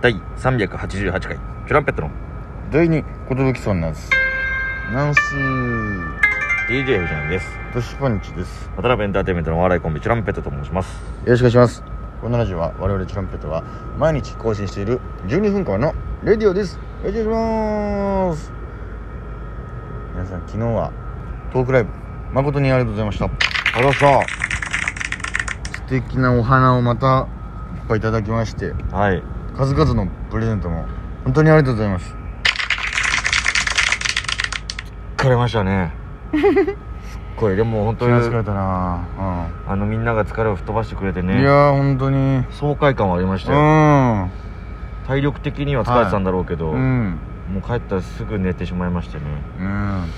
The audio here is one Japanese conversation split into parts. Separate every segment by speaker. Speaker 1: 第388回トランペットの
Speaker 2: 第二寿さんなんですナンス
Speaker 1: DJ 藤波です
Speaker 2: トシパンチですよ
Speaker 1: 渡辺エンターテインメントのお笑いコンビチュランペットと申します
Speaker 2: ろしくお願いしますこのラジオは我々チュランペットは毎日更新している12分間のレディオですお願いします皆さん昨日はトークライブ誠にありがとうございましたありがとうございました素敵なお花をまたいっぱいいただきまして
Speaker 1: はい
Speaker 2: 数々のプレゼントも本当にありがとうございます
Speaker 1: 疲れましたねすっごいでも本当
Speaker 2: 気が疲
Speaker 1: に
Speaker 2: れたな
Speaker 1: あのみんなが疲れを吹っ飛ばしてくれて
Speaker 2: うん、い
Speaker 1: ね
Speaker 2: やー本当に
Speaker 1: 爽快感はありましたよ
Speaker 2: うん
Speaker 1: 体力的には疲れてたんだろうけど、
Speaker 2: うん
Speaker 1: もう帰ったらすぐ寝てしまいましてね
Speaker 2: うん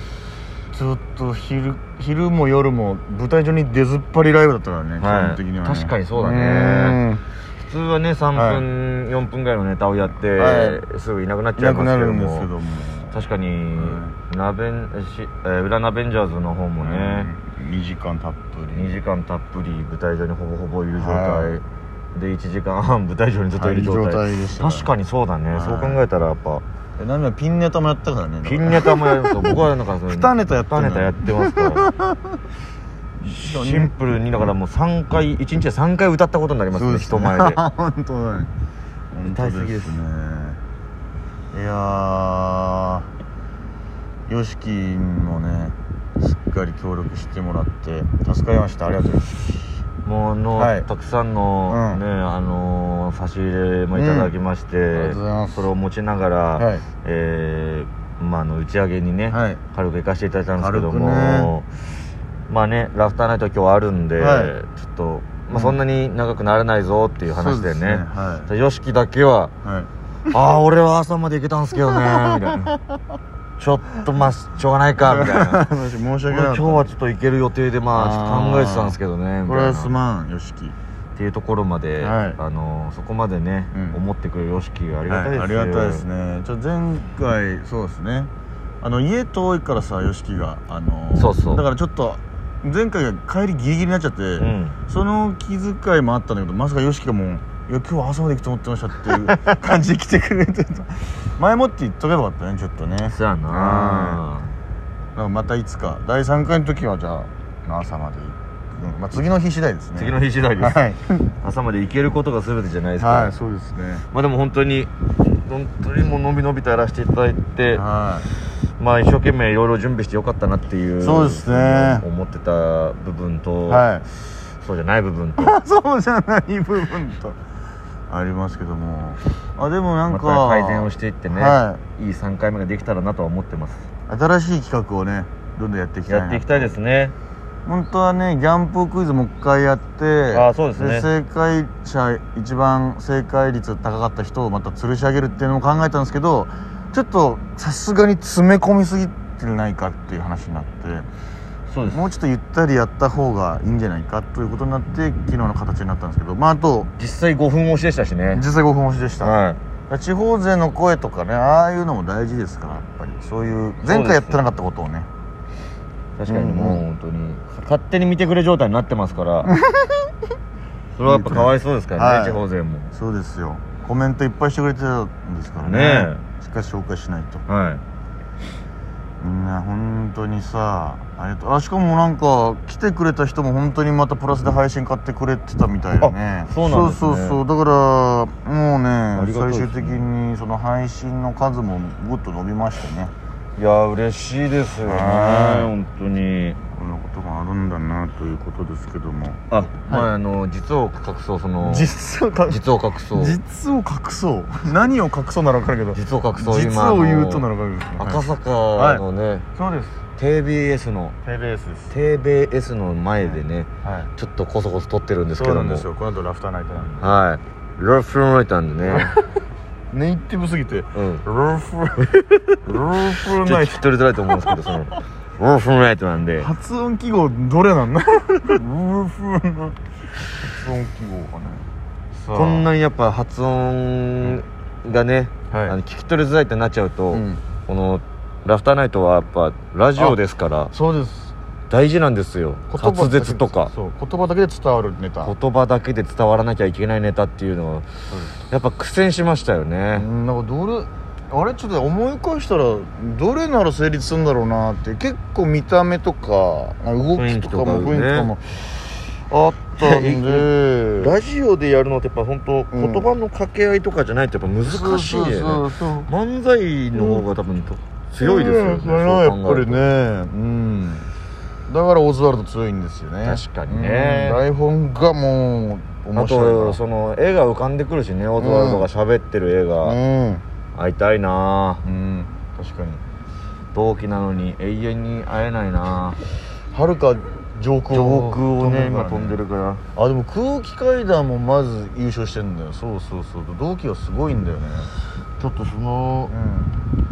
Speaker 2: ちょっと昼昼も夜も舞台上に出ずっぱりライブだったからね、
Speaker 1: はい
Speaker 2: 基本的には、ね、
Speaker 1: 確かにそうだね
Speaker 2: うん
Speaker 1: 普通はね3分、4分ぐらいのネタをやって、
Speaker 2: は
Speaker 1: すぐいなくなっ
Speaker 2: い
Speaker 1: ちゃ
Speaker 2: ない
Speaker 1: ま
Speaker 2: く
Speaker 1: す
Speaker 2: な
Speaker 1: けど
Speaker 2: るんです
Speaker 1: も
Speaker 2: けども
Speaker 1: 確かに、
Speaker 2: ん
Speaker 1: ラベンし、えー、裏ナベンジャーズの方もね、
Speaker 2: うん2時間たっぷり
Speaker 1: 2時間たっぷり舞台上にほぼほぼいる状態、
Speaker 2: は
Speaker 1: で1時間半舞台上にずっといる状態,、
Speaker 2: はい状態でしたね
Speaker 1: 確かにそうだね、
Speaker 2: はい
Speaker 1: そう考えたらやっぱ
Speaker 2: えなんならピンネタもやったからね
Speaker 1: ピンネタもやるん ですよ僕はなんかその
Speaker 2: 二ネタやってん
Speaker 1: 二
Speaker 2: の
Speaker 1: ネタやってます からシンプルにだからもう3回1日で3回歌ったことになりますね人前で
Speaker 2: 本当だね本当
Speaker 1: 歌いすぎです
Speaker 2: ねいやー y o s もねしっかり協力してもらって助かりましたありがとうございます
Speaker 1: もうあの、
Speaker 2: はい
Speaker 1: たくさんの、
Speaker 2: うん
Speaker 1: ねあのー差し入れもいただきまして、
Speaker 2: りがとうございます
Speaker 1: それを持ちながら、
Speaker 2: はい
Speaker 1: えーまあ、あの打ち上げにね、
Speaker 2: はい
Speaker 1: 軽く行かせていただいたんですけど
Speaker 2: 軽くね
Speaker 1: も、まあねラフターナイト今日はあるんで、
Speaker 2: は
Speaker 1: ちょっと、
Speaker 2: う
Speaker 1: まあ、
Speaker 2: ん
Speaker 1: そんなに長くならないぞっていう話で
Speaker 2: そうですね
Speaker 1: ね
Speaker 2: は
Speaker 1: で YOSHIKI、だけは
Speaker 2: は
Speaker 1: 「
Speaker 2: い
Speaker 1: ああ俺は朝まで行けたんですけどね」みたいな「ちょっとまあしょうがないか」み たいな。
Speaker 2: 私申し訳な
Speaker 1: 今
Speaker 2: かった
Speaker 1: 日はちょっと行ける予定でまあちょっと考えてたんですけどねみ
Speaker 2: こ
Speaker 1: たい
Speaker 2: れ
Speaker 1: な
Speaker 2: はすまんよしき
Speaker 1: っていうところまで、
Speaker 2: はい
Speaker 1: あのそこまでね、
Speaker 2: うん
Speaker 1: 思ってくれる YOSHIKI がありがたいですよ、
Speaker 2: ありがたいですねちょ前回そうですねあの家遠いからさよしきがあの
Speaker 1: そうそう
Speaker 2: だからちょっと前回が帰りギリギリになっちゃって、
Speaker 1: うん
Speaker 2: その気遣いもあったんだけどまさかよしきがもう「いや今日は朝まで行くと思ってました」っていう 感じで来てくれてた前もって言っとけばよかったねちょっとねだ
Speaker 1: そうやな
Speaker 2: からまたいつか第3回の時はじゃあ朝まで行く、まあ、次の日次第ですね
Speaker 1: 次の日次第です、
Speaker 2: はい
Speaker 1: 朝まで行けることが全てじゃないですから、
Speaker 2: はいそうですね
Speaker 1: まあでも本当に本当にもうのびのびとやらせていただいて
Speaker 2: はい
Speaker 1: まあ一生懸命いろいろ準備してよかったなっていう
Speaker 2: そうですね
Speaker 1: 思ってた部分と、
Speaker 2: はい
Speaker 1: そうじゃない部分と
Speaker 2: そうじゃない部分とありますけどもあでもなん
Speaker 1: ま
Speaker 2: か
Speaker 1: た改善をしていってね、、
Speaker 2: はい
Speaker 1: い3回目ができたらなとは思ってます
Speaker 2: い新しい企画をねどんどんやっていきたいな
Speaker 1: やっていきたいですね
Speaker 2: 本当はねギャンプクイズもう一回やって
Speaker 1: あそうですね
Speaker 2: 正解者一番正解率高かった人をまた吊るし上げるっていうのも考えたんですけどちょっとさすがに詰め込みすぎてないかっていう話になって
Speaker 1: そうです
Speaker 2: もうちょっとゆったりやった方がいいんじゃないかということになって昨日の形になったんですけどまああと
Speaker 1: 実際5分押しでしたしね
Speaker 2: 実際5分押しでした、
Speaker 1: はい
Speaker 2: 地方勢の声とかねああいうのも大事ですからやっぱりそういう前回やってなかったことをね
Speaker 1: 確かにもう
Speaker 2: うん
Speaker 1: 本当に勝手に見てくれ状態になってますから それはやっぱかわいそうですからね、
Speaker 2: はい
Speaker 1: 地方勢も
Speaker 2: そうですよコメントいっぱいしてくれてたんですからね
Speaker 1: ね
Speaker 2: しっかり紹介しないと
Speaker 1: はい
Speaker 2: みんな本当にさありがとうあしかもなんか来てくれた人も本当にまたプラスで配信買ってくれてたみたいだね
Speaker 1: あそうなんですね
Speaker 2: そうそうそうだからもうね
Speaker 1: りがたい
Speaker 2: 最
Speaker 1: ですね
Speaker 2: 終的にその配信の数もぐっと伸びましてね
Speaker 1: いやー嬉しいですよね
Speaker 2: はい
Speaker 1: 本当に
Speaker 2: こんなことがあるんだなということですけども
Speaker 1: あ、まああの実を隠そうその実
Speaker 2: 実は
Speaker 1: を隠そう
Speaker 2: 実を隠そう何を隠そうなら分かるけど
Speaker 1: 実を隠そう
Speaker 2: 実
Speaker 1: 今
Speaker 2: を言うとな
Speaker 1: あの
Speaker 2: ら分かる
Speaker 1: 赤坂のね
Speaker 2: そうです
Speaker 1: TBS の
Speaker 2: テレースです、
Speaker 1: TBS の前でね
Speaker 2: はい、
Speaker 1: ちょっとこそこそ撮ってるんですけ
Speaker 2: そう
Speaker 1: ど
Speaker 2: なん
Speaker 1: も
Speaker 2: ですよこの後ラフターナイトなんで
Speaker 1: はいラフライターんでね
Speaker 2: ネイティブすぎて
Speaker 1: うん
Speaker 2: ラ フラフ
Speaker 1: ちょ
Speaker 2: ナ
Speaker 1: っ
Speaker 2: イ
Speaker 1: と聞
Speaker 2: ト
Speaker 1: き取りづらいと思うんですけど そのラフライターなんで
Speaker 2: 発音記号どれなんだラフの発音記号かねさあ
Speaker 1: こんなにやっぱ発音がね、
Speaker 2: はい
Speaker 1: あの聞き取りづらいってなっちゃうと、
Speaker 2: うん
Speaker 1: この「ラフターナイト」はやっぱラジオですから
Speaker 2: そうです
Speaker 1: 大事なんですよ
Speaker 2: 言葉
Speaker 1: 滑舌とか
Speaker 2: そう言葉だけで伝わるネタ
Speaker 1: 言葉だけで伝わらなきゃいけないネタっていうのは
Speaker 2: そうです
Speaker 1: やっぱ苦戦しましたよ
Speaker 2: う
Speaker 1: ね、
Speaker 2: んなんかどれあれちょっと思い返したらどれなら成立するんだろうなって結構見た目とか動きとか
Speaker 1: 雰
Speaker 2: も雰
Speaker 1: 囲
Speaker 2: 囲気
Speaker 1: 気
Speaker 2: とか
Speaker 1: とか
Speaker 2: も
Speaker 1: も
Speaker 2: あったんで
Speaker 1: ラジオでやるのってやっぱ本当、
Speaker 2: うん
Speaker 1: 言葉の掛け合いとかじゃないとやっぱ 難しいよね
Speaker 2: そうそうそう
Speaker 1: 漫才の方が多分と、強いですよね、
Speaker 2: うんそ
Speaker 1: そう
Speaker 2: れはやっ
Speaker 1: 考
Speaker 2: ぱ
Speaker 1: える
Speaker 2: り
Speaker 1: と
Speaker 2: ねうんだからオズワルド強いんですよね
Speaker 1: 確かにね
Speaker 2: うん台本がもう
Speaker 1: あ
Speaker 2: 面白
Speaker 1: と
Speaker 2: いか
Speaker 1: その絵が浮かんでくるしねオズワルドが喋ってる絵
Speaker 2: ら
Speaker 1: が、
Speaker 2: うん、
Speaker 1: 会いたいな
Speaker 2: うん、確かに
Speaker 1: 同期なのに永遠に会えないな
Speaker 2: はるか上空
Speaker 1: 上空をね
Speaker 2: から
Speaker 1: 今飛んでるから
Speaker 2: あでも空気階段もまず優勝してんだよそうそうそう同期はすごいんだよね
Speaker 1: ちょっとその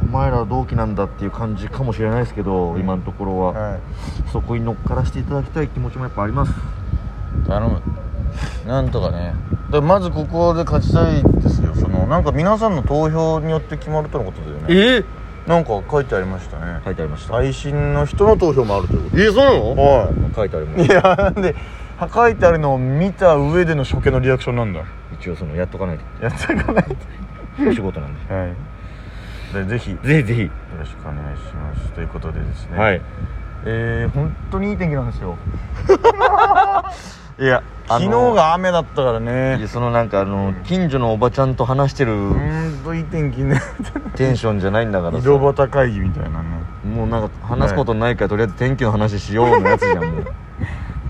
Speaker 2: う
Speaker 1: お前ら同期なんだっていう感じかもしれないですけど、
Speaker 2: うん
Speaker 1: 今のところは、
Speaker 2: んは
Speaker 1: そこに乗っからせていただきたい気持ちもやっぱあります
Speaker 2: い頼むなんとかねだからまずここで勝ちたいですよそのなんか皆さんの投票によって決まるとのことだよね
Speaker 1: ええ
Speaker 2: なんか書いてありましたね
Speaker 1: 書いてありました、
Speaker 2: 最新の人の投票もあるということ
Speaker 1: えそうな
Speaker 2: は
Speaker 1: 書いてありま
Speaker 2: い
Speaker 1: す
Speaker 2: いやなんでは書いてあるのを見た上での初見のリアクションなんだ
Speaker 1: 一応そのやっとかないと
Speaker 2: やっていかない
Speaker 1: お仕事 なんで
Speaker 2: とはいでぜひよ
Speaker 1: ぜひぜ
Speaker 2: ろしくお願いしますということでです
Speaker 1: ひ
Speaker 2: ね
Speaker 1: はい
Speaker 2: えー、本当にいい天気なんですよいや昨
Speaker 1: あ
Speaker 2: 日
Speaker 1: の
Speaker 2: が雨だったから
Speaker 1: い
Speaker 2: ね
Speaker 1: やそのなんかあの近所のおばちゃんと話してる
Speaker 2: 本当いい天気ね
Speaker 1: テンションじゃないんだから
Speaker 2: 井
Speaker 1: さ
Speaker 2: 戸端会議みたいなね
Speaker 1: もうなんか話すことないからとりあえず天気の話しようのやつじゃんもう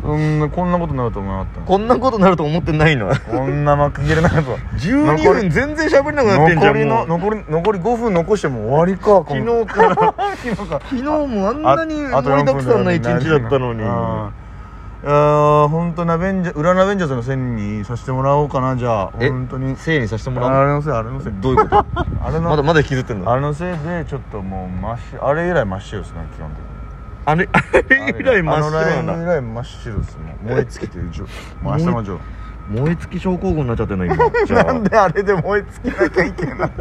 Speaker 2: そんなこんなことになると思わなかっ
Speaker 1: こんなことなると思ってないの
Speaker 2: たこんな幕切れなるとは
Speaker 1: 12
Speaker 2: 残り
Speaker 1: 分全然喋れなくなってんじゃ
Speaker 2: 残
Speaker 1: ん
Speaker 2: りの
Speaker 1: もう
Speaker 2: 残り残り5分残してもう終わりかこの
Speaker 1: 昨日から
Speaker 2: 昨日か
Speaker 1: 昨日もあんなに盛りだくさんな一日だったのに
Speaker 2: いや本当ナベンジャ裏ナベンジャーズの線にさせてもらおうかなじゃあ
Speaker 1: え
Speaker 2: 本当に
Speaker 1: 整理させても
Speaker 2: あ
Speaker 1: ら
Speaker 2: れのせいあれの
Speaker 1: う
Speaker 2: せい
Speaker 1: どういうこと
Speaker 2: あれの
Speaker 1: まだまだ引きずってん
Speaker 2: あ
Speaker 1: の
Speaker 2: れのせいでちょっともう真っ白あれ以来真っ白ですね基本的に
Speaker 1: あれあれ以来真っ白
Speaker 2: あのライン
Speaker 1: なん
Speaker 2: 以
Speaker 1: だ
Speaker 2: 来真っ白ですもう燃え尽きてる状もう明日の状
Speaker 1: 燃え尽き症候群に なっちゃってんの今じゃあ
Speaker 2: なんであれで燃え尽きなきゃいけないの
Speaker 1: ど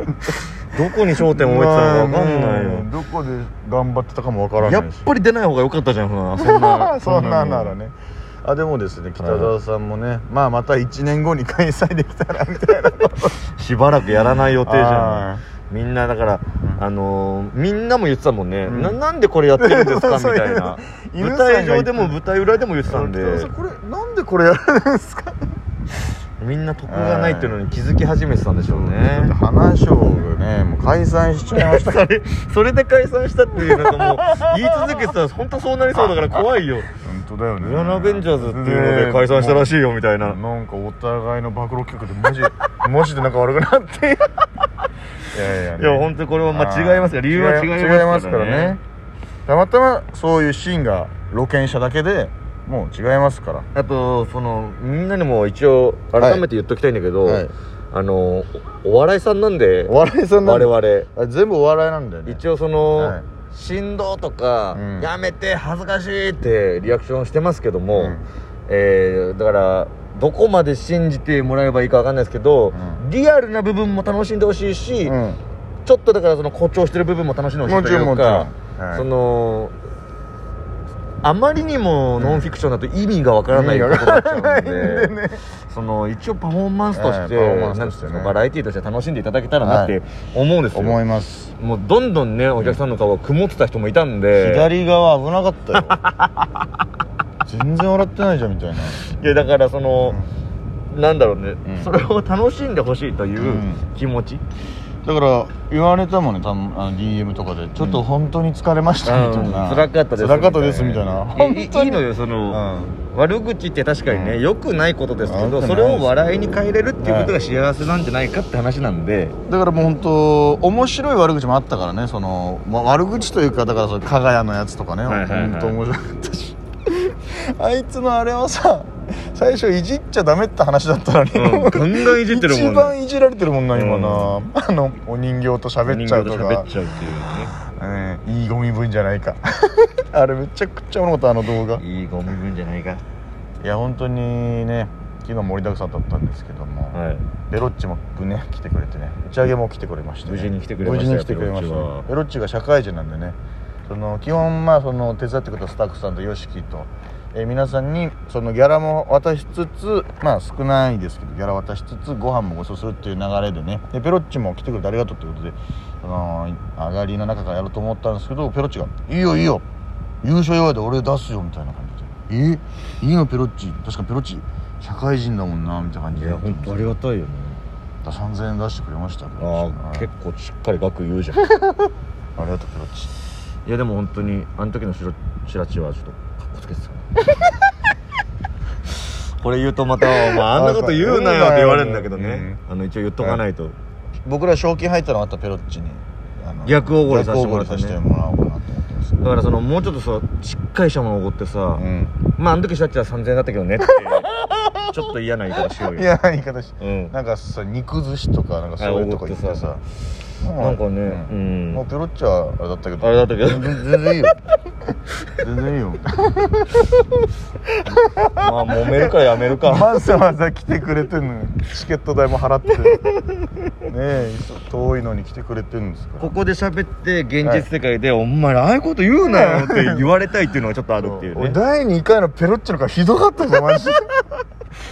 Speaker 1: こに焦点を置いてたのか分かんない
Speaker 2: まあ
Speaker 1: よ
Speaker 2: もうどこで頑張ってたかもわから
Speaker 1: や
Speaker 2: な
Speaker 1: っ
Speaker 2: いし
Speaker 1: ぱり出ない方が良かったじゃんそんな そんな
Speaker 2: そんなんな
Speaker 1: の
Speaker 2: らねあでもですね北澤さんもね、まあまた1年後に開催できたらみたいな
Speaker 1: しばらくやらない予定じ
Speaker 2: あ
Speaker 1: ゃんみんなだから、あのーみんなも言ってたもんね、
Speaker 2: うん
Speaker 1: ななんでこれやってるんです かみ
Speaker 2: そう
Speaker 1: たいな
Speaker 2: 犬
Speaker 1: 舞
Speaker 2: さんが言って
Speaker 1: 台上でも舞台裏でも言ってたんで
Speaker 2: 北澤さんこれなんでこれやるんですか
Speaker 1: みんな得がないっていうのに気づき始めてたんでしょうね
Speaker 2: 花賞がねもう解散しちゃいま した
Speaker 1: それそれで解散したっていうなんかもう言い続けてたら本当そうなりそうだから怖いよ
Speaker 2: 本当だよね
Speaker 1: 裏ラベンジャーズっていうので解散したらしいよみたいな、
Speaker 2: なんかお互いの暴露企画でマジ マジで仲悪くなって いやいや、
Speaker 1: いや本当にこれはまあ違いますよ理由は違いますからね
Speaker 2: 違いますたまたまそういうシーンが露見しただけでもう違いますから
Speaker 1: あとそのみんなにも一応改めて言っときたいんだけど、
Speaker 2: はい
Speaker 1: あのおお笑いさんなんで
Speaker 2: お笑いさんなん
Speaker 1: 我
Speaker 2: だ
Speaker 1: 々
Speaker 2: あ全部お笑いなんだよね
Speaker 1: 一応その、
Speaker 2: はい
Speaker 1: 振動とか、
Speaker 2: うん
Speaker 1: やめて恥ずかしいってリアクションしてますけども、
Speaker 2: うん
Speaker 1: えーだからどこまで信じてもらえばいいかわかんないですけど、
Speaker 2: う
Speaker 1: リアルな部分も楽しんでほしいし、
Speaker 2: うん
Speaker 1: ちょっとだからその誇張してる部分も楽しんでほしいというか
Speaker 2: もちろんもちろんはい
Speaker 1: そのあまりにもノンフィクションだと意味がわからないことになっちゃうんで その一応パフォーマンスとして,、
Speaker 2: はいパフォーマンスとしてね
Speaker 1: なんかバラエティーとして楽しんでいただけたらなっ
Speaker 2: は
Speaker 1: て
Speaker 2: い
Speaker 1: 思うんですよ、
Speaker 2: 思います
Speaker 1: もうどんどんねお客さんの顔が曇ってた人もいたんで、
Speaker 2: 左側危なか ったよ全然笑ってないじゃんみたいない
Speaker 1: やだからその、なんだろうね、
Speaker 2: うん
Speaker 1: それを楽しんでほしいというん気持ち、
Speaker 2: だから言われたもんねたんあの DM とかで「ちょっと本当に疲れました」みたいな、
Speaker 1: 辛かったです
Speaker 2: 辛かったですみたいな
Speaker 1: やいいいいのよその、悪口って確かにね、
Speaker 2: うん
Speaker 1: 良くないことですけ
Speaker 2: 悪くない
Speaker 1: どそれを笑いに変えれるっていうことが幸せなんじゃないかって話なんで、
Speaker 2: だからもう本当面白い悪口もあったからねその、まあ、悪口というかだからその加賀屋のやつとかね、
Speaker 1: はいはいはい
Speaker 2: 本当面白かったし あいつのあれはさ最初いじっちゃダメって話だったのに、
Speaker 1: うん ガンガンいじってるもんね
Speaker 2: 一番いじられてるもんな今な、あのお人形と喋っちゃうと
Speaker 1: 人形と喋
Speaker 2: か
Speaker 1: っちゃうっていう
Speaker 2: ねいいゴミ分じゃないか あれめちゃくちゃおもろかったあの動画
Speaker 1: ねいいご身分じゃないか
Speaker 2: いや本当にね昨日盛りだくさんだったんですけども、
Speaker 1: はい
Speaker 2: ベロッチもね来てくれてね打ち上げも来てくれまして、ね、
Speaker 1: 無事に来てくれました
Speaker 2: 無
Speaker 1: よ
Speaker 2: 事に来てくれました
Speaker 1: ベロッチは
Speaker 2: ベロッチが社会人なんでねその基本まあその手伝ってくれたスタッフさんと YOSHIKI と、えー皆さんにそのギャラも渡しつつまあ少ないですけどギャラ渡しつつご飯もご馳走するっていう流れでねでペロッチも来てくれてありがとうってことで、あのー上がりの中からやろうと思ったんですけどペロッチが「いいよいいよ優勝祝いで俺出すよ」みたいな感じで「えいいのペロッチ確かペロッチ社会人だもんな」みたいな感じで
Speaker 1: 本当ありがたいよね
Speaker 2: 3000円出してくれましたけ
Speaker 1: あ
Speaker 2: ど
Speaker 1: あ
Speaker 2: はい
Speaker 1: 結構しっかり額言うじ ゃん
Speaker 2: ありがとうペロッチ
Speaker 1: いやでも本当にあの時のしらちはちょっとかっこつ けてたねこれ言うとまた「お前あんなこと言うなよ」って言われるんだけどね、あの一応言っとかないと、
Speaker 2: 僕ら賞金入ったのまたペロッチにあの
Speaker 1: 逆おごりさせて
Speaker 2: 逆お
Speaker 1: も
Speaker 2: ご
Speaker 1: らっ
Speaker 2: り
Speaker 1: た
Speaker 2: さ
Speaker 1: ね
Speaker 2: せてもらおうかなと思ってます
Speaker 1: だからそのもうちょっとさしっかりしたものをおごってさ、
Speaker 2: うん
Speaker 1: まああの時しらちは3000円だったけどねっていう ちょっと嫌な言い方しようよ
Speaker 2: いや言い方し
Speaker 1: うん
Speaker 2: なんかさ肉寿司とかなんかそういうとこ行ってさ
Speaker 1: はいなんかね
Speaker 2: う
Speaker 1: うん
Speaker 2: もうペロッチはあれだったけど
Speaker 1: あれだったけど
Speaker 2: 全然全然いいよ全然いいよ
Speaker 1: まあ揉めるかやめるか
Speaker 2: わざわざ来てくれてんのにチケット代も払ってねえ遠いのに来てくれてるんですから
Speaker 1: ここで喋って現実世界で「お前らああいうこと言うなよ」って言われたいっていうのがちょっとあるっていう
Speaker 2: 俺
Speaker 1: ね
Speaker 2: 第2回のペロッチの顔ひどかったじゃんマジで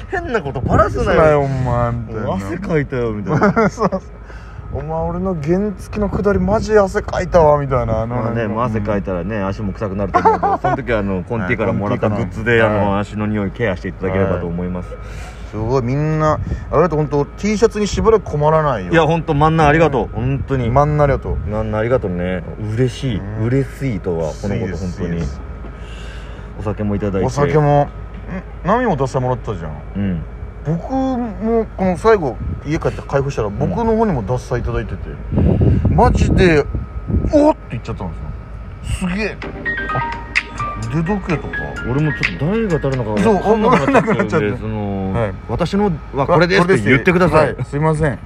Speaker 1: 変なことバラすな
Speaker 2: なよ
Speaker 1: よ
Speaker 2: お前みたいな
Speaker 1: 汗かいたよみたいな
Speaker 2: そうそうお前俺の原付の下りマジ汗かいたわみたいなあの
Speaker 1: まあね、もう汗かいたらね足も臭くなると思うけ どその時はあのコンティからもらったグッズで
Speaker 2: は
Speaker 1: あ
Speaker 2: い
Speaker 1: の足の匂いケアしていただければと思います
Speaker 2: すごいみんなあれだと本当 T シャツにしばらく困らないよ
Speaker 1: いや本当マンナありがとう本当にマ
Speaker 2: 真ん中だと
Speaker 1: ンナありがとうね嬉しい
Speaker 2: うん
Speaker 1: 嬉しいとはこの
Speaker 2: いい
Speaker 1: こ
Speaker 2: で
Speaker 1: と
Speaker 2: す
Speaker 1: 本当
Speaker 2: いい
Speaker 1: に
Speaker 2: です
Speaker 1: お酒もいただいて
Speaker 2: お酒もん何を出してもらったじゃん
Speaker 1: うん
Speaker 2: 僕もこの最後家帰って開封したら僕の方にも獺祭いただいてて、マジで「おっ!」って言っちゃったんですよすげえあ腕時計とか
Speaker 1: 俺もちょっと誰が誰なのか
Speaker 2: そう
Speaker 1: 分かんなくなっちゃっ
Speaker 2: 分かんなくなっちゃって
Speaker 1: てその
Speaker 2: はい
Speaker 1: 私のは
Speaker 2: あ
Speaker 1: これですって言ってください
Speaker 2: はすいません